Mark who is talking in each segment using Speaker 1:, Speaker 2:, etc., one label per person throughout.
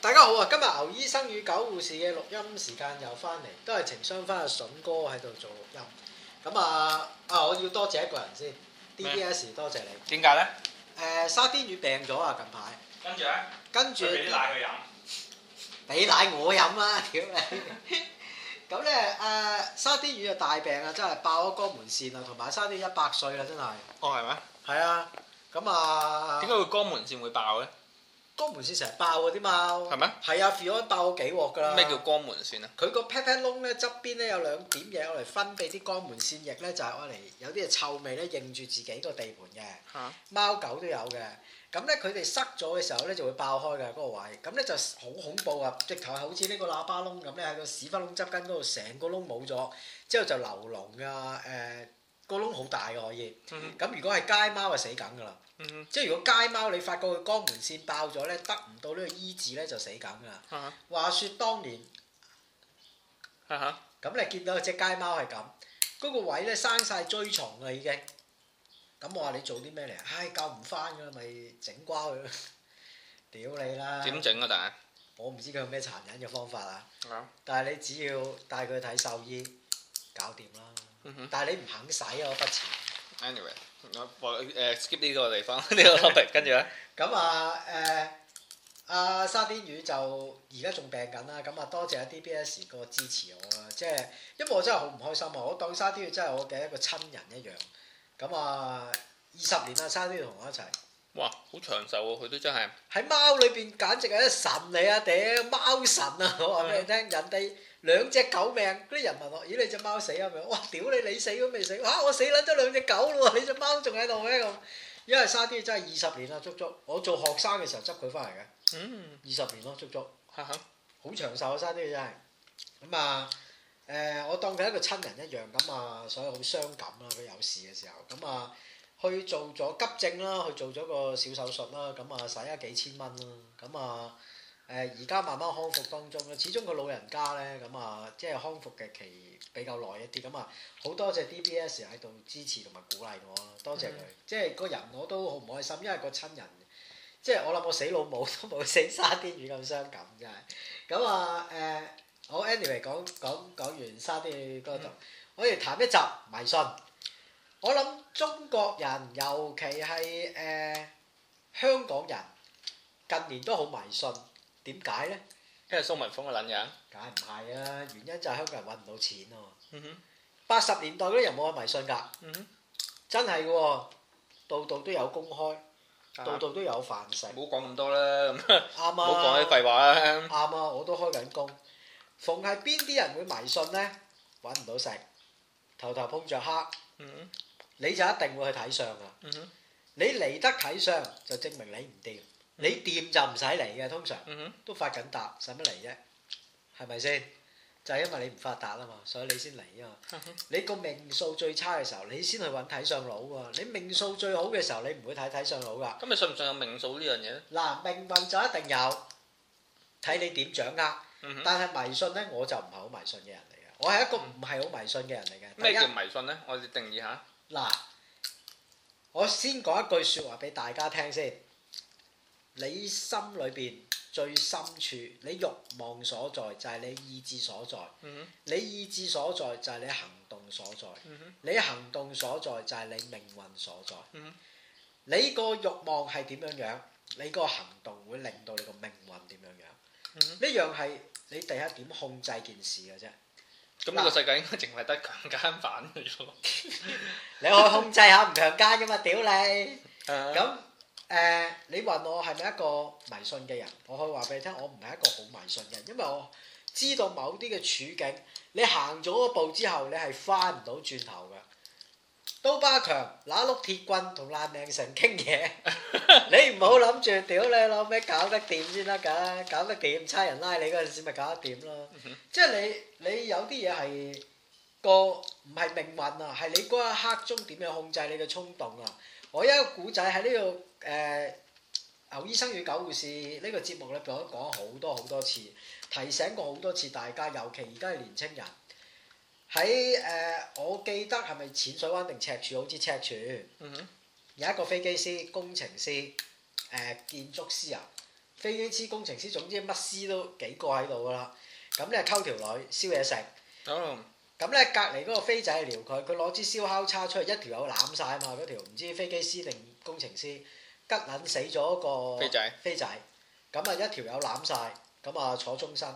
Speaker 1: 大家好啊！今日牛醫生與狗護士嘅錄音時間又翻嚟，都係情商翻阿筍哥喺度做錄音。咁啊啊！我要多謝一個人先，DBS 多謝你。
Speaker 2: 點解咧？
Speaker 1: 誒、沙甸魚病咗啊！近排
Speaker 2: 跟住咧，
Speaker 1: 跟住
Speaker 2: 佢俾啲奶佢飲，
Speaker 1: 俾奶我飲啊！ 屌你！咁咧誒沙甸魚啊大病啊，真係爆咗肛門腺啊，同埋沙甸魚一百歲啦，真係。
Speaker 2: 哦係咩？
Speaker 1: 係啊，咁啊
Speaker 2: 點解會肛門腺會爆咧？
Speaker 1: 肛門腺成日爆嗰啲貓。
Speaker 2: 係咩？
Speaker 1: 係啊 f i o n 爆咗幾鑊㗎啦。
Speaker 2: 咩叫肛門腺啊？
Speaker 1: 佢個 pat pat 窿咧側邊咧有兩點嘢，我嚟分泌啲肛門腺液咧，就係我嚟有啲嘢臭味咧，認住自己個地盤嘅，
Speaker 2: 嚇！
Speaker 1: 貓狗都有嘅。咁咧佢哋塞咗嘅時候咧就會爆開嘅嗰、個位，咁咧就好恐怖啊！直頭係好似呢個喇叭窿咁咧，喺個屎忽窿側根嗰度，成個窿冇咗，之後就流膿啊！誒、個窿好大嘅可以。
Speaker 2: 嗯
Speaker 1: 咁如果係街貓就死梗㗎啦，
Speaker 2: 嗯
Speaker 1: 即係如果街貓你發覺佢肛門腺爆咗咧，得唔到呢個醫治咧就死梗㗎啦。
Speaker 2: 嚇
Speaker 1: 話説當年。
Speaker 2: 嚇嚇！
Speaker 1: 咁你見到有隻街貓係咁，嗰、個位咧生晒追蟲啦已經。咁我話你做啲咩嚟？啊唉，救唔翻㗎啦，咪整瓜佢 咯。屌你啦！
Speaker 2: 點整啊？但
Speaker 1: 我唔知佢有咩殘忍嘅方法啊，
Speaker 2: 係啊，
Speaker 1: 但係你只要帶佢去睇獸醫，搞掂啦。
Speaker 2: 嗯哼
Speaker 1: 但係你唔肯使啊嗰筆錢。
Speaker 2: Ừ, anyway，我我誒 skip 呢個地 方呢個 topic，跟住咧，
Speaker 1: 咁啊誒，阿、沙甸魚就而家仲病緊啦。咁啊，多謝阿 DBS 個支持我啦，即係因為我真係好唔開心啊！我當沙甸魚真係我嘅一個親人一樣。咁啊，二十年啦，沙甸魚同我一齊。
Speaker 2: 哇，好長壽喎！佢都真係，
Speaker 1: 喺貓裏邊簡直係一神嚟啊！屌貓神啊！我話俾你聽，人哋兩隻狗命，嗰啲人問我：咦，你只貓死啊未？哇！屌你，你死都未死，嚇、我死撚咗兩隻狗咯喎，你只貓仲喺度咩咁？因為沙甸真係二十年啦，足足我做學生嘅時候執佢翻嚟嘅，
Speaker 2: 嗯
Speaker 1: 二十年咯，足足
Speaker 2: 嚇嚇，
Speaker 1: 好長壽啊！沙甸真係咁啊！誒、我當佢一個親人一樣咁啊，所以好傷感啦。佢有事嘅時候咁啊，去做咗急症啦，去做咗個小手術啦，咁啊，使咗幾千蚊啦，咁啊。誒而家慢慢康復當中啦，始終個老人家咧咁啊，即係康復嘅期比較耐一啲咁啊，好多謝 DBS 喺度支持同埋鼓勵我啦，多謝佢，即係個人我都好唔開心，因為個親人，即係我諗我死老母都冇死 沙甸魚咁傷感真係，咁啊誒，好 anyway 講講講完沙甸魚嗰度，我哋談一集迷信，我諗中國人尤其係誒、香港人近年都好迷信。點解咧？
Speaker 2: 因為蘇文峰嘅撚樣，
Speaker 1: 梗係唔係啊？原因就係香港人揾唔到錢啊嘛。
Speaker 2: 嗯哼
Speaker 1: 八十年代嗰啲人冇咁迷信㗎，
Speaker 2: 嗯哼，
Speaker 1: 真係嘅喎，度度都有工開，度
Speaker 2: 啊
Speaker 1: 度都有飯食，
Speaker 2: 唔好講咁多啦，咁
Speaker 1: 啱啊！
Speaker 2: 唔好講啲廢話啦。
Speaker 1: 啱啊！我都開緊工。逢係邊啲人會迷信呢？揾唔到食，頭頭碰着黑，
Speaker 2: 嗯
Speaker 1: 你就一定會去睇相㗎。
Speaker 2: 嗯哼
Speaker 1: 你嚟得睇相，就證明你唔掂。你掂就唔使嚟嘅，通常
Speaker 2: 嗯哼，
Speaker 1: 都發緊達，使乜嚟啫？係咪先？就係、因為你唔發達啊嘛，所以你先嚟啊嘛。
Speaker 2: 嗯
Speaker 1: 你個命數最差嘅時候，你先去揾睇相佬喎。你命數最好嘅時候，你唔會睇睇相佬噶。
Speaker 2: 咁你信唔信有命數呢樣嘢咧？
Speaker 1: 嗱，命運就一定有，睇你點掌握。
Speaker 2: 嗯哼，
Speaker 1: 但係迷信呢，我就唔係好迷信嘅人嚟嘅。我係一個唔係好迷信嘅人嚟
Speaker 2: 咩
Speaker 1: 嘅。
Speaker 2: 叫迷信咧？我哋定義下。
Speaker 1: 第一，嗱，我先講一句説話俾大家聽先。你心裏邊最深處，你慾望所在就係你意志所在。
Speaker 2: 嗯
Speaker 1: 你意志所在就係你行動所在，
Speaker 2: 嗯
Speaker 1: 你行動所在就係你命運所在。
Speaker 2: 嗯
Speaker 1: 你個欲望係點樣樣，你個行動會令到你個命運點樣樣。
Speaker 2: 嗯
Speaker 1: 呢樣係你第一點控制件事嘅啫，
Speaker 2: 咁呢個世界應該淨係得強奸犯嘅啫 喎。
Speaker 1: 你可以控制下唔強姦噶嘛，屌你！
Speaker 2: 咁
Speaker 1: 咁誒、呃你問我係咪一個迷信嘅人？我可以話俾你聽，我唔係一個好迷信嘅人，因為我知道某啲嘅處境，你行咗嗰步之後，你係翻唔到轉頭嘅。刀疤強揦碌鐵棍同爛命神傾嘢， 你唔好諗住屌你老味搞得掂先得㗎，搞得掂差人拉你嗰陣時咪搞得掂咯。即係你你有啲嘢係個唔係命運啊，係你嗰一刻中點樣控制你嘅衝動啊！我有一個古仔喺呢度誒。呃牛醫生與狗護士呢個節目咧，講講好多好多次，提醒過好多次大家，尤其而家嘅年青人喺誒、呃我記得係咪淺水灣定赤柱？好似赤柱
Speaker 2: 嗯哼
Speaker 1: 呃有一個飛機師、工程師、誒、建築師啊，飛機師、工程師，總之乜師都幾個喺度噶啦。咁咧溝條女燒嘢食，
Speaker 2: 哦，
Speaker 1: 咁咧隔離嗰個飛仔撩佢，佢攞支燒烤叉出去，一條友攬晒啊嘛，嗰條唔知飛機師定工程師，吉撚死咗個
Speaker 2: 飛仔，
Speaker 1: 飛仔，咁啊一條友攬晒，咁啊坐終身。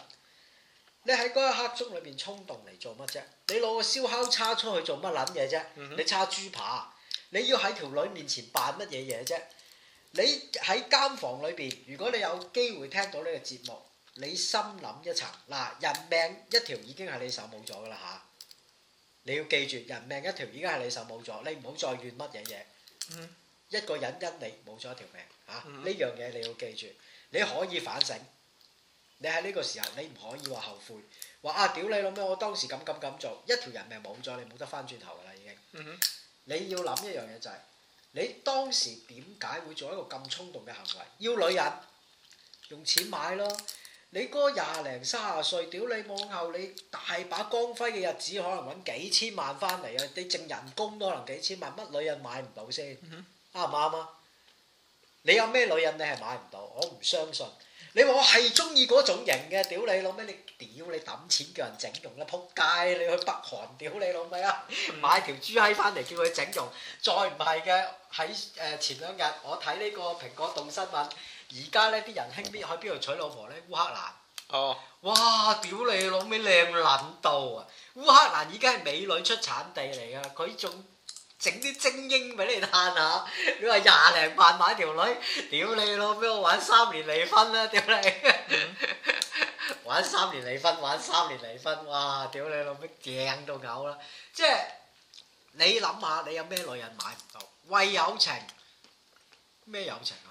Speaker 1: 你喺嗰一刻鐘裏邊衝動嚟做乜啫？你攞個燒烤叉出去做乜撚嘢啫？
Speaker 2: 嗯哼
Speaker 1: 你叉豬扒，你要喺條女面前扮乜嘢嘢啫？你喺監房裏邊，如果你有機會聽到呢個節目，你心諗一層嗱，人命一條已經係你手冇咗噶啦嚇，你要記住，人命一條已經係你手冇咗，你唔好再怨乜嘢嘢。
Speaker 2: 嗯
Speaker 1: 一個人因你冇咗一條命嚇，呢、
Speaker 2: 嗯
Speaker 1: 樣嘢你要記住，你可以反省。你喺呢個時候，你唔可以話後悔，話啊屌你老咩！我當時咁咁咁做，一條人命冇咗，你冇得翻轉頭噶啦已經。
Speaker 2: 嗯哼，
Speaker 1: 你要諗一樣嘢就係、你當時點解會做一個咁衝動嘅行為？要女人用錢買咯。你嗰廿零三十歲，屌你往後你大把光輝嘅日子，可能揾幾千萬翻嚟啊！你淨人工都可能幾千萬，乜女人買唔到先？
Speaker 2: 嗯
Speaker 1: 啱唔啱啊？你有咩女人你係買唔到？我唔相信。你話我係中意嗰種型嘅，屌你老咩！你屌你抌錢叫人整容啦，撲街！你去北韓屌你老味啊！買條豬閪翻嚟叫佢整容，再唔係嘅喺誒前兩日我睇呢個蘋果動新聞，而家呢啲人興邊去邊度娶老婆呢？烏克蘭，
Speaker 2: 哦，
Speaker 1: 哇！屌你老味靚撚到啊！烏克蘭已經係美女出產地嚟噶，佢仲整啲精英俾你嘆下，你話廿零萬買條女，屌你老味我玩三年離婚啦，屌你！玩三年離婚，玩三年離婚，哇！屌你老味，正到嘔啦！即係你諗下，你有咩女人買唔到？為友情，咩友情啊？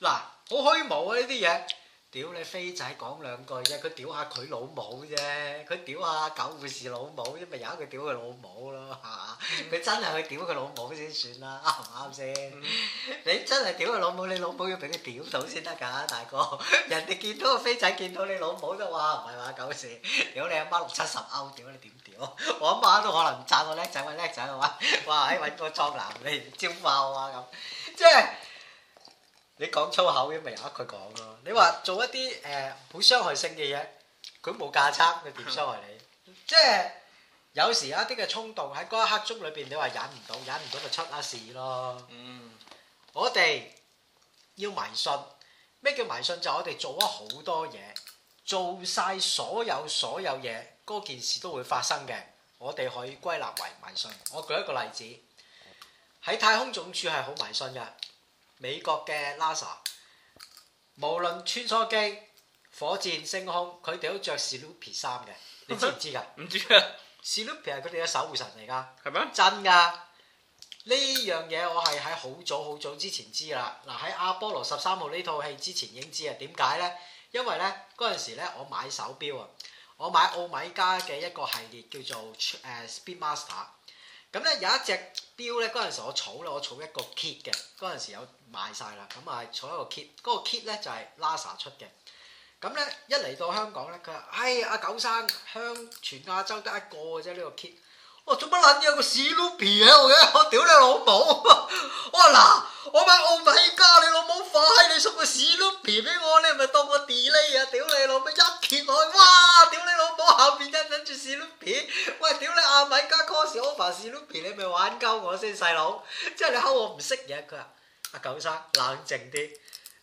Speaker 1: 嗱，好虛無啊呢啲嘢。屌你飛仔講兩句啫，佢屌下佢老母啫，佢屌下狗護士老母啫，咪由佢屌佢老母咯，係嘛？佢真係去屌佢老母先算啦，啱唔啱先？你真係屌佢老母，你老母要俾佢屌到先得㗎，大哥。人哋見到個飛仔見到你老母都話唔係話狗事，屌你阿媽六七十歐，屌你點屌？我阿媽都可能讚我叻仔，喂叻仔話，哇！喺揾個裝男你招爆啊咁，即係。你講粗口嘅咪由得佢講咯。你話做一啲誒好傷害性嘅嘢，佢冇架撐，佢點傷害你？即係有時有一啲嘅衝動喺嗰一刻鐘裏邊，你話忍唔到，忍唔到咪出下事咯。
Speaker 2: 嗯，
Speaker 1: 我哋要迷信，咩叫迷信？就係我哋做咗好多嘢，做晒所有所有嘢，嗰件事都會發生嘅。我哋可以歸納為迷信。我舉一個例子，喺太空總署係好迷信嘅，美國嘅 NASA，無論穿梭機、火箭升空，佢哋都着 Snoopy 衫嘅，你知唔知㗎
Speaker 2: 唔知啊，
Speaker 1: ？Snoopy 係佢哋嘅守護神嚟㗎。
Speaker 2: 係咩？
Speaker 1: 真㗎！呢樣嘢我係喺好早好早之前知啦。嗱喺《阿波羅十三號》呢套戲之前已經知啊。點解呢？因為呢嗰陣時呢，我買手錶啊，我買奧米加嘅一個系列叫做誒、呃 Speedmaster。咁呢有一隻錶呢，嗰陣時我儲啦，我儲一個 kit 嘅，嗰陣時有賣晒啦。咁啊儲一個 kit，嗰個 kit 呢就係 Lasa 出嘅。咁呢，一嚟到香港呢，佢話：，唉、阿九生，香全亞洲得一個嘅啫，呢、個 kit。我做乜撚嘢有個史努比喺度嘅？我 屌你老母！我話嗱，我買奧米加，你老母快！你送個史努比俾我，你係咪當我 delay 啊？屌你老母！一揭開，哇！屌你老母，下邊一撚住史努比，喂！屌你阿米加 cos over 史努比，你咪玩鳩我先細佬！即係你睺我唔識嘢，佢話阿九生冷靜啲，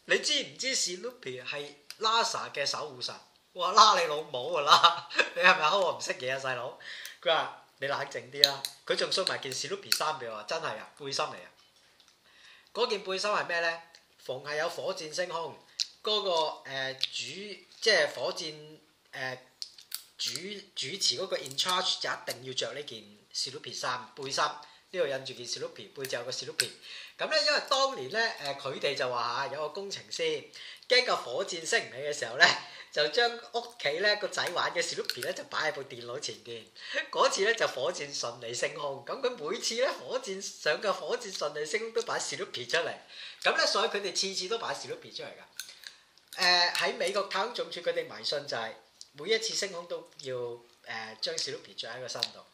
Speaker 1: 你知唔知史努比係 Lasa 嘅守護神？我話拉你老母啊啦！你係咪睺我唔識嘢啊，細佬？佢話：你冷靜啲啦。佢仲送埋件 Snoopy 衫俾我，真係啊，背心嚟啊！嗰件背心係咩呢？逢係有火箭升空，嗰、個、呃、主即係火箭誒、呃主主持嗰個 in charge 就一定要着呢件 Snoopy 衫背心，呢度印住件 Snoopy，背脊有個 Snoopy。咁咧，因為當年咧誒佢哋就話嚇有個工程師驚個火箭升唔起嘅時候咧。就將屋企咧個仔玩嘅 Snoopy 咧就擺喺部電腦前邊。 嗰次咧就火箭順利升空，咁佢每次咧火箭上嘅火箭順利升空都擺 Snoopy 出嚟，咁咧所以佢哋次次都擺 Snoopy 出嚟㗎。誒、喺美國太空總署佢哋迷信就係、每一次升空都要誒、將 Snoopy 着喺個身度。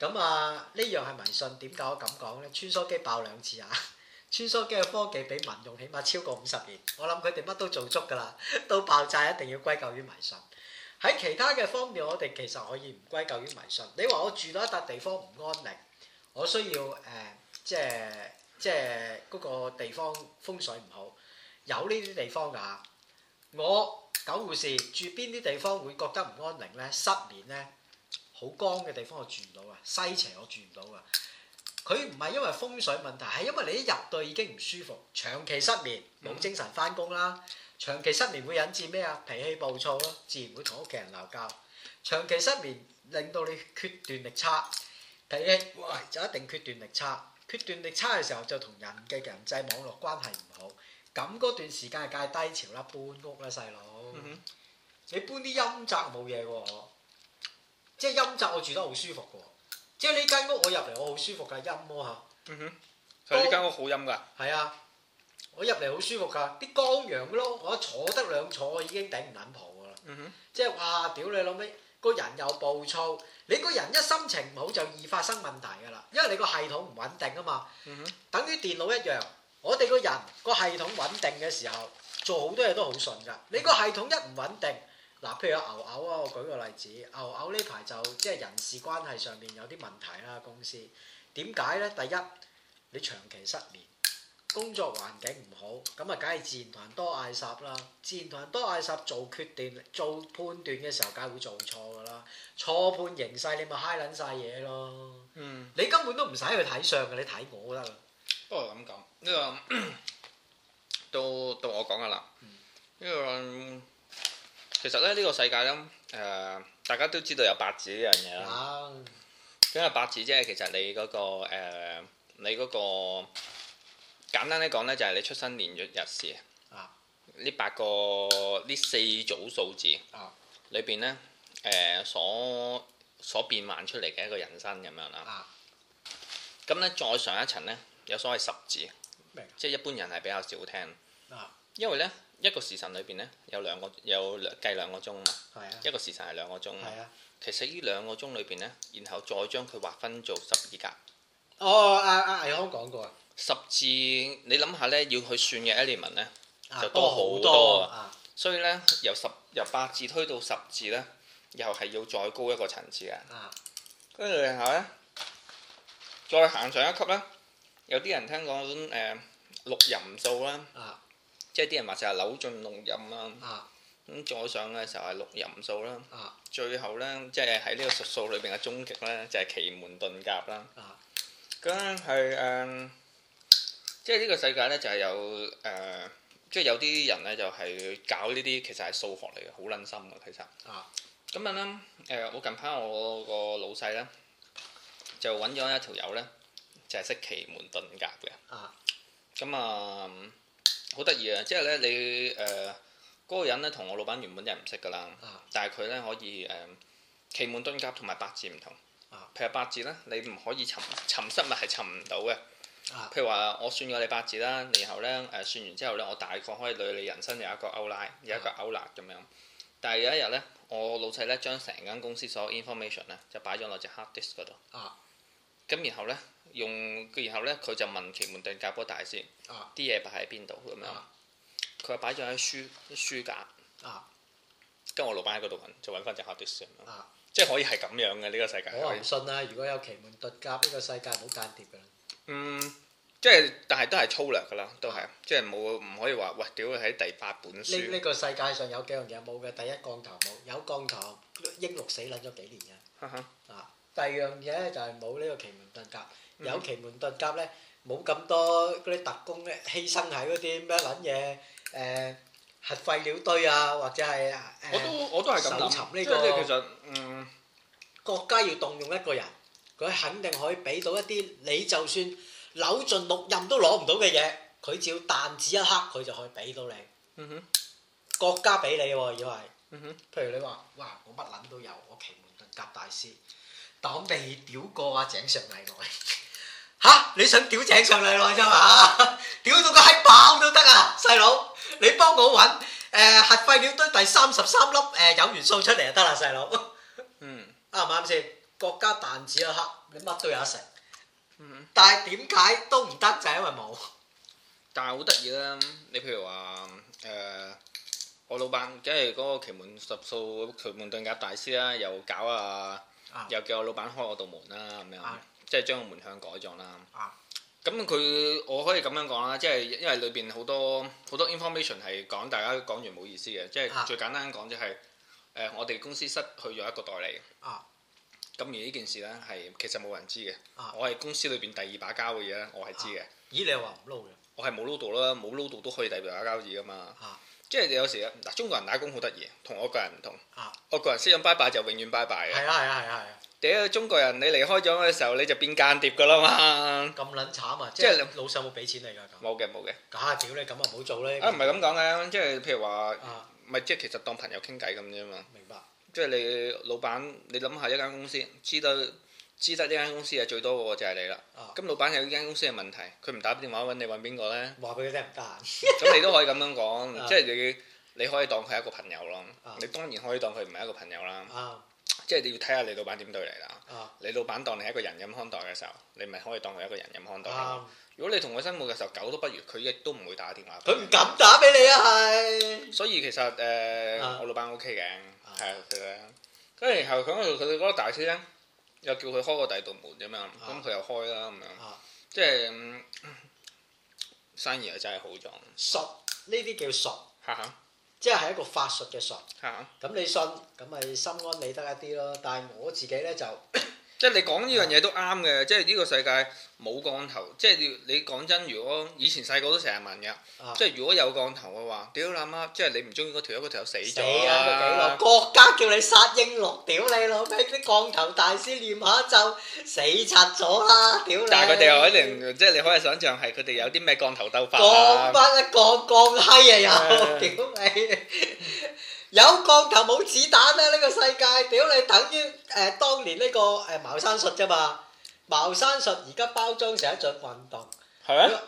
Speaker 1: 咁啊呢樣係迷信，點解我咁講咧？穿梭機爆兩次啊！穿梭機嘅科技比民用起碼超過五十年，我諗佢哋乜都做足㗎啦，到爆炸一定要歸咎於迷信。喺其他嘅方面，我哋其實可以唔歸咎於迷信。你話我住到一笪地方唔安寧，我需要誒、呃即係即係嗰個地方風水唔好，有呢啲地方㗎。我九護士住邊啲地方會覺得唔安寧呢？失眠呢，好光嘅地方我住唔到啊，西斜我住唔到啊。佢唔係因為風水問題，係因為你一入到已經唔舒服，長期失眠，冇精神翻工啦。長期失眠會引致咩啊？脾氣暴躁咯，自然會同屋企人鬧交。長期失眠令到你決斷力差，脾氣哇就一定決斷力差。決斷力差嘅時候就同人嘅人際網絡關係唔好。咁嗰段時間係戒低潮啦，搬屋啦，細佬。
Speaker 2: 嗯哼
Speaker 1: 你搬啲陰宅冇嘢喎，我即係陰宅我住得好舒服嘅喎。即係呢間屋我入嚟我好舒服㗎，陰喎嚇。
Speaker 2: 嗯哼，佢呢間屋好陰㗎，
Speaker 1: 係啊，我入嚟好舒服㗎，啲光陽咯，我一坐得兩坐我已經頂唔撚蒲㗎啦。
Speaker 2: 嗯哼，
Speaker 1: 即係哇，屌你老味，個人又暴躁，你個人一心情唔好就易發生問題㗎啦，因為你個系統唔穩定啊嘛。
Speaker 2: 嗯哼，
Speaker 1: 等於電腦一樣，我哋個人個系統穩定嘅時候，做好多嘢都好順㗎。你個系統一唔穩定，嗱，譬如有牛牛啊，我舉個例子，牛牛呢排就即係人事關係上面有啲問題啦，公司點解呢？第一，你長期失眠，工作環境唔好，咁啊，梗係自然同人多嗌霎啦。自然同人多嗌霎，做決定、做判斷嘅時候，梗係會做錯㗎啦。錯判形勢，你咪嗨撚晒嘢咯。
Speaker 2: 嗯，
Speaker 1: 你根本都唔使去睇相嘅，你睇我得啦。
Speaker 2: 不過咁講呢個到到我講㗎啦，呢個嗯其實咧呢個世界咧誒，大家都知道有八字呢樣嘢啦。
Speaker 1: 啊，
Speaker 2: 因為八字即係其實你嗰、個、呃、你嗰、個簡單啲講咧，就係你出生年月日時
Speaker 1: 啊
Speaker 2: 呢八個呢四組數字
Speaker 1: 啊
Speaker 2: 裏邊咧誒所所變幻出嚟嘅一個人生咁樣啦。
Speaker 1: 啊，
Speaker 2: 咁咧再上一層咧，有所謂十字
Speaker 1: 明，
Speaker 2: 即係一般人係比較少聽
Speaker 1: 啊，
Speaker 2: 因為咧一個時辰裏邊咧有兩個有兩計兩個鐘嘛，
Speaker 1: 係啊，
Speaker 2: 一個時辰係兩個鐘嘛。
Speaker 1: 係啊。
Speaker 2: 其實呢兩個鐘裏邊咧，然後再將佢劃分做十二格。
Speaker 1: 哦，阿阿倪康講過啊
Speaker 2: 十字你諗下咧，要去算嘅 element 咧，
Speaker 1: 啊，
Speaker 2: 就
Speaker 1: 多好
Speaker 2: 多好
Speaker 1: 多
Speaker 2: 多
Speaker 1: 啊，
Speaker 2: 所以咧由十由八字推到十字咧，又係要再高一個層次嘅。
Speaker 1: 啊
Speaker 2: 跟住然後咧，再行上一級咧，有啲人聽講誒六壬數啦，
Speaker 1: 啊
Speaker 2: 即係啲人話就係扭盡六壬啦。
Speaker 1: 啊
Speaker 2: 咁再上嘅時候係六壬數啦，
Speaker 1: 啊
Speaker 2: 最後咧即係喺呢個術數裏邊嘅終極咧就係奇門遁甲啦。
Speaker 1: 啊
Speaker 2: 咁係誒，即係呢個世界咧就係有誒、即係有啲人咧就係搞呢啲，其實係數學嚟嘅，好撚深嘅其實。
Speaker 1: 啊
Speaker 2: 咁樣咧誒、我近排我個老細咧就揾咗一條友咧，就係、識奇門遁甲嘅。
Speaker 1: 啊
Speaker 2: 咁啊，好得意啊！即係咧你誒呃嗰、個人咧同我老闆原本就係唔識㗎啦，
Speaker 1: 啊
Speaker 2: 但係佢咧可以呃誒、奇門遁甲同埋八字唔同。
Speaker 1: 啊
Speaker 2: 譬如八字咧，你唔可以尋尋失物係尋唔到嘅。
Speaker 1: 啊
Speaker 2: 譬如話我算過你八字啦，然後咧誒、算完之後咧，我大概可以對你人生有一個 outline，有一個 outline 咁樣。但係有一日咧，我老細咧將成間公司所有 information 咧就擺咗落隻 hard disk 嗰度。
Speaker 1: 啊
Speaker 2: 咁然後咧用，然後咧佢就問奇門遁甲嗰個大師
Speaker 1: 啊
Speaker 2: 啲嘢擺喺邊度咁樣
Speaker 1: 啊。
Speaker 2: 佢話擺咗喺書書架，
Speaker 1: 啊
Speaker 2: 跟住我老闆喺嗰度揾，就揾翻隻 hard disk 咁
Speaker 1: 啊！
Speaker 2: 樣。
Speaker 1: 哦
Speaker 2: 即係可以係咁樣嘅呢、個世界。
Speaker 1: 我話唔信啦，如果有奇門遁甲呢個世界冇間諜㗎啦。
Speaker 2: 嗯，即係但係都係粗略㗎啦，都係即係冇唔可以話喂屌佢喺第八本
Speaker 1: 呢呢
Speaker 2: 書。
Speaker 1: 個世界上有幾樣嘢冇嘅，第一降頭冇，有降頭英六死撚咗幾年嘅。
Speaker 2: 哈哈
Speaker 1: 啊，第二樣嘢咧就係冇呢個奇門遁甲，有奇門遁甲咧冇咁多嗰啲特工咧犧牲喺嗰啲咩撚嘢誒核廢料堆啊，或者係誒、
Speaker 2: 我都我都係咁
Speaker 1: 搜
Speaker 2: 諗，
Speaker 1: 尋呢
Speaker 2: 即
Speaker 1: 個
Speaker 2: 係即係其實嗯
Speaker 1: 國家要動用一個人，佢肯定可以俾到一啲你就算扭盡六壬都攞唔到嘅嘢，佢只要彈指一刻佢就可以俾到你，
Speaker 2: 嗯哼
Speaker 1: 國家俾你喎，以為。
Speaker 2: 嗯哼
Speaker 1: 譬如你話，哇！我乜撚都有，我奇門遁甲大師，但我未屌過啊井上禮奈。 吓？你想屌井上禮奈啫嘛？ 屌到個閪爆都得啊！細佬，你幫我揾誒、呃核廢料堆第三十三粒誒有元素出嚟就得啦，細佬。
Speaker 2: 嗯
Speaker 1: 啱唔啱先？國家彈指一刻，你乜都有得食。
Speaker 2: 嗯
Speaker 1: 但係點解都唔得？就係、因為冇。
Speaker 2: 但係好得意啦！你譬如話誒、我老闆即係嗰個奇門十數奇門遁甲大師啦，又搞啊，
Speaker 1: 啊
Speaker 2: 又叫我老闆開我道門啦，咁樣、
Speaker 1: 啊
Speaker 2: 即係將個門向改咗啦
Speaker 1: 啊。
Speaker 2: 咁佢我可以咁樣講啦，即係因為裏邊好多好多 information 係講大家講完冇意思嘅，即
Speaker 1: 啊
Speaker 2: 係最簡單講就係、誒我哋公司失去咗一個代理。
Speaker 1: 啊
Speaker 2: 咁而呢件事呢，係其實冇人知嘅，
Speaker 1: 啊
Speaker 2: 我係公司裏邊第二把交嘅嘢咧，我係知嘅。
Speaker 1: 咦，你又話唔撈嘅？
Speaker 2: 我係冇撈到啦，冇撈到都可以第二把交椅噶嘛。
Speaker 1: 啊
Speaker 2: 即係有時嗱，中國人打工好得意，同我個人唔同。
Speaker 1: 啊
Speaker 2: 我個人識飲拜拜就永遠拜拜嘅。
Speaker 1: 係啊係啊係啊係啊！
Speaker 2: 屌中國人，你離開咗嘅時候你就變間諜噶 啦嘛。
Speaker 1: 咁撚慘啊！即
Speaker 2: 即係
Speaker 1: 係老細有冇俾錢你㗎咁？
Speaker 2: 冇嘅冇嘅，
Speaker 1: 假屌你咁啊，唔好做咧。
Speaker 2: 啊唔係咁講嘅，即係譬如話，
Speaker 1: 啊，
Speaker 2: 咪即係其實當朋友傾偈咁啫嘛。
Speaker 1: 明白
Speaker 2: 即係你老闆，你諗下一間公司，知道知得呢間公司係最多嗰個就係你啦。
Speaker 1: 啊！
Speaker 2: 咁老闆有呢間公司嘅問題，佢唔打電話揾你揾邊個呢？
Speaker 1: 話俾佢聽唔得閒。
Speaker 2: 咁你都可以咁樣
Speaker 1: 啊
Speaker 2: 講，即係你你可以當佢係一個朋友咯
Speaker 1: 啊。
Speaker 2: 你當然可以當佢唔係一個朋友啦，
Speaker 1: 啊
Speaker 2: 即係你要睇下你老闆點對你啦。
Speaker 1: 啊
Speaker 2: 你老闆當你係一個人咁看待嘅時候，你咪可以當佢係一個人咁看待咯。
Speaker 1: 啊！
Speaker 2: 如果你同佢生活嘅時候狗都不如，佢亦都唔會打電話。
Speaker 1: 佢唔。敢打俾你啊，係。
Speaker 2: 所以其實誒
Speaker 1: 啊，
Speaker 2: 我老闆 OK 嘅，
Speaker 1: 啊
Speaker 2: 係啊，其實。跟住然後佢嗰度佢哋嗰個大師咧，又叫佢開個第二道門咁樣，咁佢又開啦咁樣
Speaker 1: 啊，
Speaker 2: 即係嗯生意又真係好咗。
Speaker 1: 術呢啲叫術，
Speaker 2: 哈哈
Speaker 1: 即係一個法術嘅術。
Speaker 2: 哈哈
Speaker 1: 咁你信，咁咪心安理得一啲咯。但係我自己咧就
Speaker 2: 即係你講呢樣嘢都啱嘅，即係呢個世界冇降頭，即係你你講真，如果以前細個都成日問嘅，
Speaker 1: 啊
Speaker 2: 即係如果有降頭嘅話，屌你阿媽，即係你唔中意嗰條友，嗰條友死
Speaker 1: 死
Speaker 2: 咗
Speaker 1: 啊個幾落，
Speaker 2: 啦，
Speaker 1: 國家叫你殺英樂，屌你老味！啲降頭大師念下咒，死柒咗啦，屌你！
Speaker 2: 但係佢哋又一定，即係你可以想象係佢哋有啲咩降頭鬥法
Speaker 1: 降
Speaker 2: 啊，
Speaker 1: 乜啊？降降閪啊又，
Speaker 2: 係
Speaker 1: 屌你！有降頭冇子彈啦！呢個世界，屌你等於誒當年呢個誒茅山術啫嘛。茅山術而家包裝成一種運動，
Speaker 2: 係咩？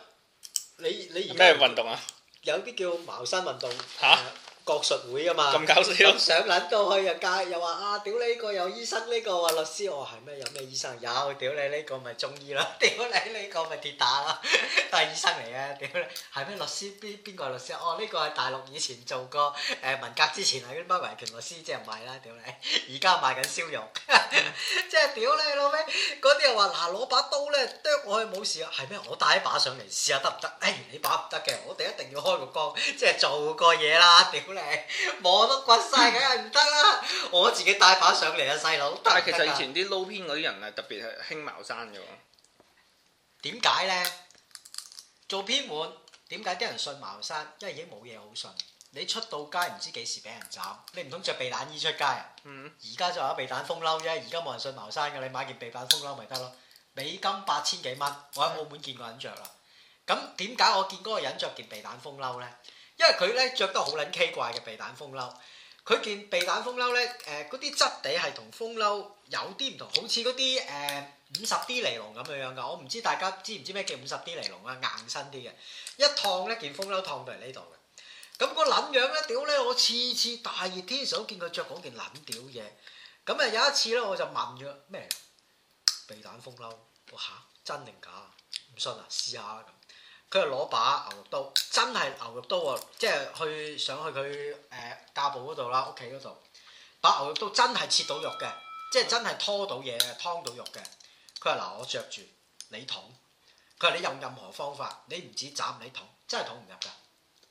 Speaker 1: 你你而
Speaker 2: 咩
Speaker 1: 家
Speaker 2: 運動啊？
Speaker 1: 有啲叫茅山運動
Speaker 2: 嚇
Speaker 1: 國術會啊嘛。
Speaker 2: 咁搞笑
Speaker 1: 咁！上撚到去又教又話啊，屌你呢個有醫生呢、個話律師，我話係咩？有咩醫生？有，屌你呢個咪中醫啦， 屌你呢個咪鐵打啦， 都係醫生嚟嘅，屌你係咩律師？邊邊個係律師？哦，呢、個係大陸以前做過誒、文革之前係嗰啲乜維權律師，即係唔係啦，屌你！而家賣緊燒肉， 即係屌你老味！嗰啲又話嗱攞把刀咧剁我去冇事啊，係咩？我帶一把上嚟試下得唔得？誒、你把唔得嘅，我哋一定要開個光，即係做過嘢啦，屌你！摸都骨晒，梗係唔得啦！我自己帶把上嚟啊，細佬。
Speaker 2: 但係其
Speaker 1: 得唔
Speaker 2: 實
Speaker 1: 得
Speaker 2: 以
Speaker 1: 㗎
Speaker 2: 前啲撈偏嗰啲人係特別係興茅山嘅喎，
Speaker 1: 點解呢？做偏門點解啲人信茅山？因為已經冇嘢好信。你出到街唔知幾時俾人斬，你唔通着避彈衣出街啊？
Speaker 2: 嗯，
Speaker 1: 而家就有避彈風褸啫，而家冇人信茅山㗎，你買件避彈風褸咪得咯。美金八千幾蚊，我喺澳門見過人着啦。咁點解我見嗰個人着件避彈風褸呢？因為佢咧着得好撚奇怪嘅避彈風褸，佢件避彈風褸咧誒嗰啲質地係同風褸有啲唔同，好似嗰啲誒五十 D 尼龍咁樣樣㗎。我唔知大家知唔知咩叫五十 D 尼龍啊，硬身啲嘅，一燙咧件風褸燙到嚟呢度嘅。咁個撚樣咧，屌咧！我次次大熱天時都見佢着嗰件撚屌嘢。咁啊有一次咧，我就問咗咩嚟避彈風褸，我嚇真定假？唔信啊，試下啊咁。佢就攞把牛肉刀，真係牛肉刀喎，即係去上去佢誒、呃、架步嗰度啦，屋企嗰度，把牛肉刀真係切到肉嘅，即係真係拖到嘢嘅，劏到肉嘅。佢話嗱，我着住你捅，佢話你用任何方法，你唔止斬你捅，真係捅唔入㗎，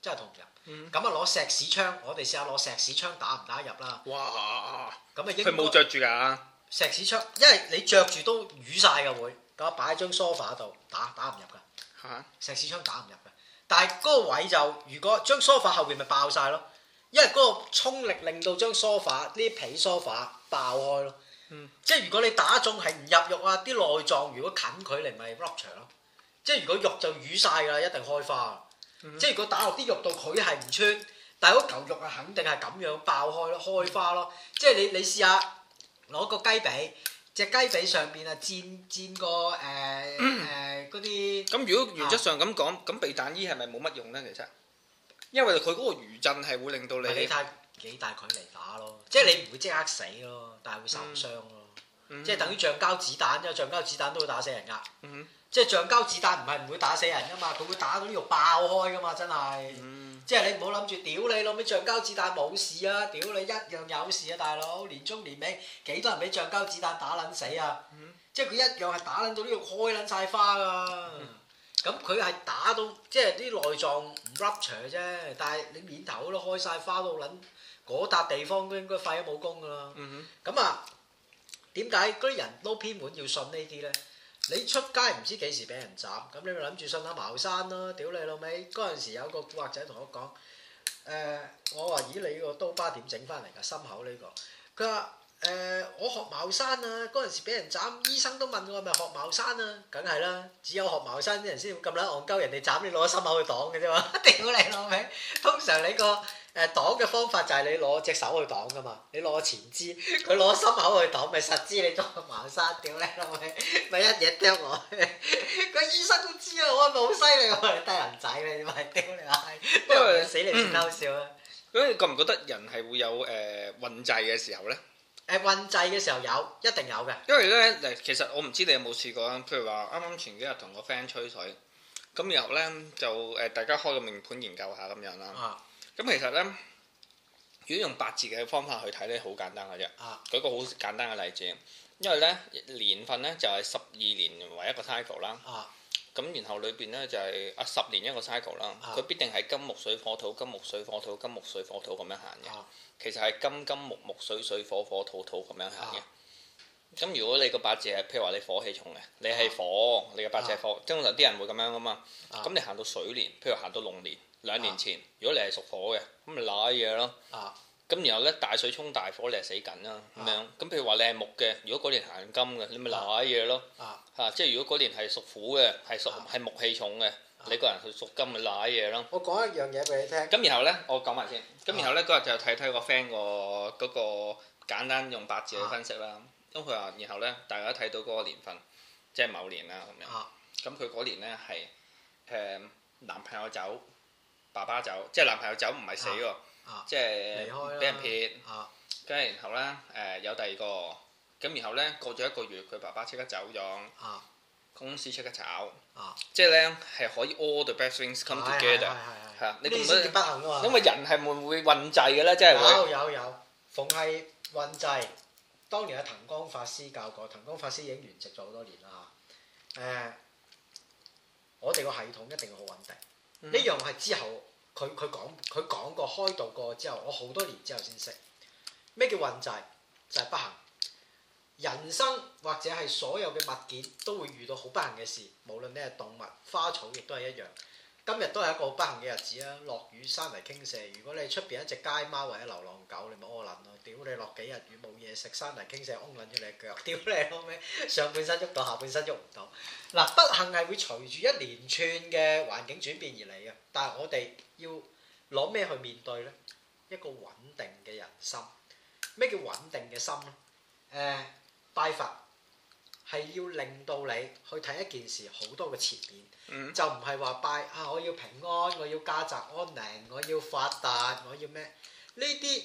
Speaker 1: 真係捅唔入。
Speaker 2: 嗯
Speaker 1: 咁啊攞石屎槍，我哋試下攞石屎槍打唔打得入啦。
Speaker 2: 哇！
Speaker 1: 咁啊應
Speaker 2: 佢
Speaker 1: 該
Speaker 2: 冇着住㗎，
Speaker 1: 石屎槍，因為你着住都瘀晒嘅會，咁啊擺喺張 sofa 度打打唔入㗎。
Speaker 2: 嚇
Speaker 1: 石屎槍打唔入嘅。但係嗰個位就如果張 sofa 後邊咪爆晒咯，因為嗰個衝力令到張 sofa 呢皮 sofa 爆開咯。
Speaker 2: 嗯
Speaker 1: 即係如果你打中係唔入肉啊，啲內臟如果近距離咪 rupture 咯。即係如果肉就瘀晒㗎啦，一定開花啦。即係如果打落啲肉度，佢係唔穿，但係嗰嚿肉啊肯定係咁樣爆開咯，開花咯。即係你你試下攞個雞髀，隻雞髀上邊啊煎煎個誒誒嗰啲。
Speaker 2: 咁如果原則上咁講，咁避彈衣係咪冇乜用呢？其實，因為佢嗰個餘震係會令到
Speaker 1: 唔係你
Speaker 2: 你，
Speaker 1: 睇幾大距離打咯，即係你唔會即刻死咯，但係會受傷咯，
Speaker 2: 嗯
Speaker 1: 即係等於橡膠子彈，因為橡膠子彈都會打死人㗎。
Speaker 2: 嗯
Speaker 1: 即係橡膠子彈唔係唔會打死人噶嘛，佢會打到呢度爆開噶嘛，真係。
Speaker 2: 嗯，
Speaker 1: 即係你唔好諗住屌你老味橡膠子彈冇事啊！屌你一樣有事啊，大佬！年中年尾幾多人俾橡膠子彈打撚死啊？
Speaker 2: 嗯
Speaker 1: 即係佢一樣係打撚到呢度開撚晒花啊！咁佢係打到即係啲內臟唔 rupture 啫，但係你面頭都開晒花都撚嗰笪地方都應該廢咗武功㗎啦。
Speaker 2: 嗯
Speaker 1: 咁啊，點解嗰啲人撈偏門要信呢啲咧？你出街唔知幾時俾人斬，咁你咪諗住信下茅山咯，屌你老味！嗰陣時有個古惑仔同我講，誒、呃我話咦你個刀疤點整翻嚟㗎？心口呢、個，佢話誒我學茅山啊，嗰陣時俾人斬，醫生都問我係咪學茅山啊，梗係啦，只有學茅山啲人先會咁撚戇鳩，人哋斬你攞心口去擋嘅啫嘛， 屌你老味！通常你個誒擋嘅方法就係你攞隻手去擋噶嘛，你攞前肢，佢攞心口去擋，咪實知你裝茅山屌你老味，咪一嘢啄我。 個醫生都知啊，我係咪好犀利？我係低人仔你咪屌你閪，
Speaker 2: 因為
Speaker 1: 你死你唔偷笑啊！
Speaker 2: 哼，咁你覺唔覺得人係會有誒、運滯嘅時候咧？
Speaker 1: 誒運滯嘅時候有，一定有嘅。
Speaker 2: 因為咧嗱，其實我唔知你有冇試過啊。譬如話啱啱前幾日同個 friend 吹水，咁然後咧就誒、大家開個命盤研究下咁樣啦。
Speaker 1: 啊
Speaker 2: 咁其實咧，如果用八字嘅方法去睇咧，好簡單嘅啫。
Speaker 1: 啊
Speaker 2: 舉個好簡單嘅例子，因為咧年份咧就係十二年為一個 cycle 啦，
Speaker 1: 啊
Speaker 2: 咁然後裏邊咧就係啊十年一個 cycle 啦，
Speaker 1: 啊
Speaker 2: 佢必定係金木水火土、金木水火土、金木水火土咁樣行嘅。
Speaker 1: 啊
Speaker 2: 其實係金金木木水水火火土土咁樣行嘅
Speaker 1: 啊。
Speaker 2: 咁如果你個八字係譬如話你火氣重嘅，你係火，你嘅八字係火，通常啲人會咁樣噶嘛。
Speaker 1: 啊
Speaker 2: 咁你行到水年，譬如行到龍年，兩年
Speaker 1: 啊
Speaker 2: 前，如果你係屬火嘅，咁咪賴嘢咯。
Speaker 1: 啊
Speaker 2: 咁然後咧大水沖大火，你係死緊啦咁樣。咁譬如話你係木嘅，如果嗰年行金嘅，你咪賴嘢咯。
Speaker 1: 啊
Speaker 2: 嚇、即係如果嗰年係屬虎嘅，係屬
Speaker 1: 啊
Speaker 2: 係木氣重嘅，你個人係屬金咪賴嘢咯。
Speaker 1: 我講一樣嘢俾你聽。
Speaker 2: 咁然後咧，我講埋先。咁然後
Speaker 1: 啊
Speaker 2: 咧嗰日就睇睇個 friend 個嗰個簡單用八字去分析啦。咁佢話，然後咧大家睇到嗰個年份，即係某年啦咁樣。
Speaker 1: 啊
Speaker 2: 咁佢嗰年咧係誒男朋友走，爸爸走，即係男朋友走唔係死喎
Speaker 1: 啊，
Speaker 2: 即
Speaker 1: 離開
Speaker 2: 係
Speaker 1: 啦
Speaker 2: 俾人撇。
Speaker 1: 啊
Speaker 2: 跟住然後咧誒、有第二個，咁然後咧過咗一個月，佢爸爸即刻走咗，
Speaker 1: 啊
Speaker 2: 公司即刻炒，
Speaker 1: 啊
Speaker 2: 即係咧係可以 all the best things come
Speaker 1: 係係係
Speaker 2: together
Speaker 1: 係
Speaker 2: 係
Speaker 1: 係
Speaker 2: 啊，
Speaker 1: 呢
Speaker 2: 你覺
Speaker 1: 啲
Speaker 2: 唔
Speaker 1: 先至
Speaker 2: 覺
Speaker 1: 不幸啊
Speaker 2: 得？
Speaker 1: 嘛
Speaker 2: 因。為人係會唔會運滯嘅咧，即係會
Speaker 1: 有有有，逢係運滯，當年阿藤光法師教過，藤光法師已經圓寂咗好多年啦啊嚇。誒、我哋個系統一定要好穩定，呢、
Speaker 2: 嗯
Speaker 1: 樣係之後佢佢講佢講過開導過之後，我好多年之後先識咩叫運滯，就係、不幸。人生或者係所有嘅物件都會遇到好不幸嘅事，無論你係動物、花草，亦都係一樣。今日都係一個好不幸嘅日子啊！落雨山泥傾瀉，如果你出邊一隻街貓或者流浪狗，你咪屙撚咯！屌你落幾日雨冇嘢食，山泥傾瀉，擁撚咗你腳，屌你老味！上半身喐到，下半身喐唔到。嗱，不幸係會隨住一連串嘅環境轉變而嚟嘅，但係我哋要攞咩去面對呢？一個穩定嘅人心。咩叫穩定嘅心呢？誒、拜佛係要令到你去睇一件事好多嘅切面。
Speaker 2: 嗯
Speaker 1: 就唔係話拜啊！我要平安，我要家宅安寧，我要發達，我要咩？呢啲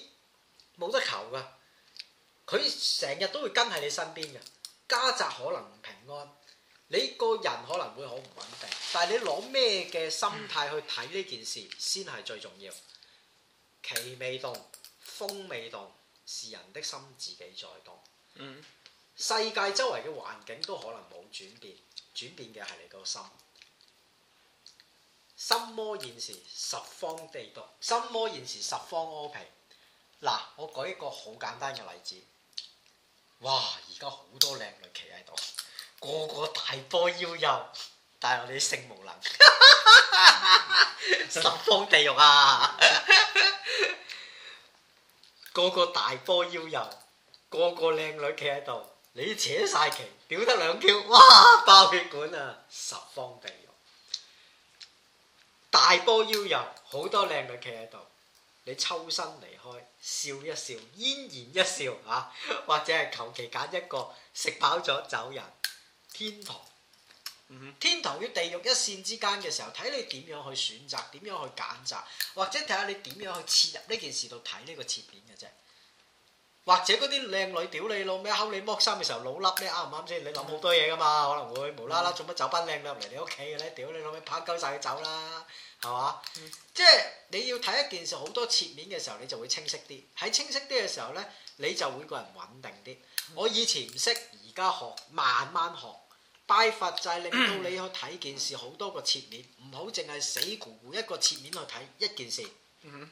Speaker 1: 冇得求噶。佢成日都會跟喺你身邊嘅，家宅可能唔平安，你個人可能會好唔穩定，但係你攞咩嘅心態去睇呢件事先係最重要。其未動，風未動，是人的心自己在動。
Speaker 2: 嗯
Speaker 1: 世界周圍嘅環境都可能冇轉變，轉變嘅係你個心。心魔現時十方地毒，心魔現時十方阿皮。嗱，我舉一個好簡單嘅例子。哇！而家好多靚女企喺度，個個大波腰幼，但係我哋性無能，十方地獄啊！個個大波腰幼。個個靚女企喺度，你扯晒旗，屌得兩條， 哇！爆血管啊，十方地獄，大波腰遊，好多靚女企喺度，你抽身離開，笑一笑，嫣然一笑啊，或者係求其揀一個食飽咗走人，天堂。
Speaker 2: 嗯哼
Speaker 1: 天堂與地獄一線之間嘅時候，睇你點樣去選擇，點樣去揀擇，或者睇下你點樣去切入呢件事度睇呢個切面嘅啫。或者嗰啲靚女屌你老咩，睺你剝衫嘅時候老笠咧，啱唔啱先？你諗好多嘢噶嘛，可能會無啦啦
Speaker 2: 嗯
Speaker 1: 做乜走班靚女入嚟你屋企嘅咧？屌你老味，拍鳩晒佢走啦，係嘛？
Speaker 2: 嗯
Speaker 1: 即係你要睇一件事好多切面嘅時候，你就會清晰啲。喺清晰啲嘅時候咧，你就會個人穩定啲。
Speaker 2: 嗯
Speaker 1: 我以前唔識，而家學，慢慢學。拜佛就係令到你去睇件事好多個切面，唔好淨係死咕咕一個切面去睇一件事。
Speaker 2: 嗯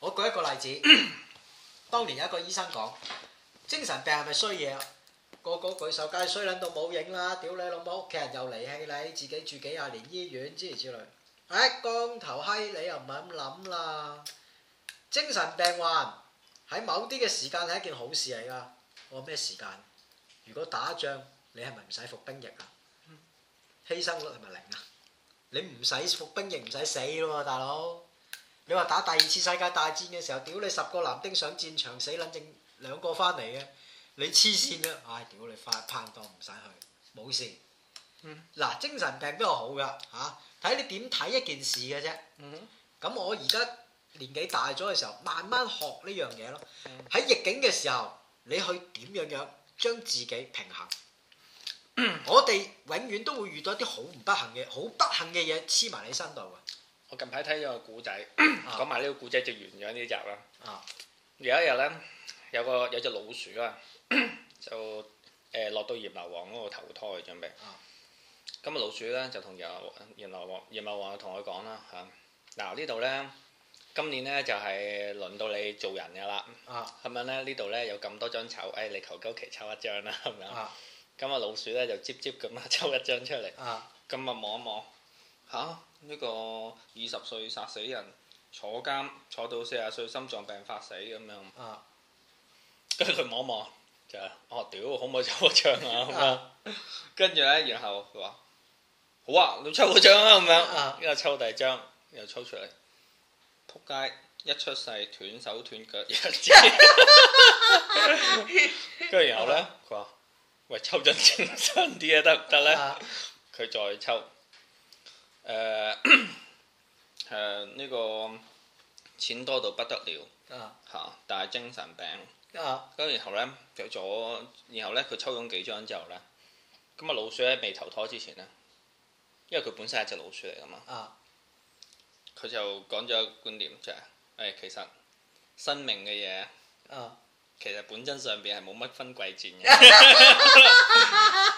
Speaker 1: 我舉一個例子，當年有一個醫生講，精神病係咪衰嘢啊？個個舉手梗係衰撚到冇影啦！屌你老母，屋企人又離棄你，自己住幾廿年醫院之如此類。唉、光頭閪你又唔係咁諗啦。精神病患喺某啲嘅時間係一件好事嚟㗎。我話咩時間？如果打仗，你係咪唔使服兵役啊？犧牲率係咪零啊？你唔使服兵役，唔使死咯喎，大佬。你話打第二次世界大戰嘅時候，屌你十個男丁上戰場死撚剩兩個翻嚟嘅，你黐線嘅，唉、屌你快拍檔唔使去，冇事。
Speaker 2: 嗯
Speaker 1: 嗱，精神病都係好噶嚇，睇、你點睇一件事嘅啫。
Speaker 2: 嗯
Speaker 1: 咁我而家年紀大咗嘅時候，慢慢學呢樣嘢咯
Speaker 2: 嗯。
Speaker 1: 喺逆境嘅時候，你去點樣樣將自己平衡？我哋永遠都會遇到一啲好唔不幸嘅、好不幸嘅嘢黐埋你身度嘅。
Speaker 2: 我近排睇咗個古仔，
Speaker 1: 啊
Speaker 2: 講埋呢個古仔就完咗呢集啦。
Speaker 1: 啊
Speaker 2: 有一日咧，有個有隻老鼠啊， 就誒落到閻羅王嗰度投胎準備
Speaker 1: 啊。
Speaker 2: 咁啊，老鼠咧就同閻羅閻羅王閻羅王同佢講啦嚇，嗱呢度咧今年咧就係輪到你做人㗎啦，
Speaker 1: 啊
Speaker 2: 咁樣咧呢度咧有咁多張籌，哎誒你求鳩其抽一張啦咁樣。
Speaker 1: 啊
Speaker 2: 咁啊老鼠咧就接接咁啊抽一張出嚟。
Speaker 1: 啊！
Speaker 2: 今日望一望，吓、呢、個二十歲殺死人，坐監坐到四十歲心臟病發死咁樣，
Speaker 1: 啊
Speaker 2: 跟住佢望一望就係哦屌，可唔可以抽一張啊？咁樣
Speaker 1: 啊
Speaker 2: 跟住咧，然後佢話好啊，你抽嗰張啊咁
Speaker 1: 啊
Speaker 2: 樣，跟住抽第二張又抽出嚟，撲街一出世斷手斷腳 一隻，跟住然後咧佢話喂抽張精神啲啊得唔得咧？
Speaker 1: 啊
Speaker 2: 佢再抽 誒誒呃呢個錢多到不得了
Speaker 1: 啊
Speaker 2: 嚇、但係精神病。
Speaker 1: 啊
Speaker 2: 咁然後咧，有咗，然後咧佢抽中幾張之後咧，咁啊老鼠喺未投胎之前咧，因為佢本身係只老鼠嚟噶嘛，
Speaker 1: 啊
Speaker 2: 佢就講咗一個觀點就係、誒其實生命嘅嘢
Speaker 1: 啊！
Speaker 2: 其實本質上邊係冇乜分貴賤嘅，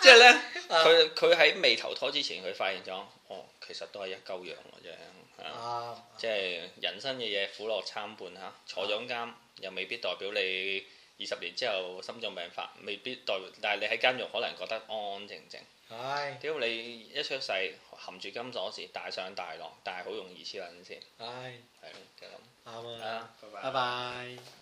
Speaker 2: 即係咧。佢佢喺未投胎之前，佢發現咗，哦，其實都係一鳩羊嘅啫，係啊
Speaker 1: 啊
Speaker 2: 即係人生嘅嘢苦樂參半嚇，坐咗監又未必代表你二十年之後心臟病發，未必代表，但係你喺監獄可能覺得安安靜靜。
Speaker 1: 唉
Speaker 2: 屌你一出世含住金鎖匙，大上大落，但係好容易黐撚線，
Speaker 1: 唉
Speaker 2: 係咯，就係咁
Speaker 1: 啱啊！
Speaker 2: 啦，拜
Speaker 1: 拜拜。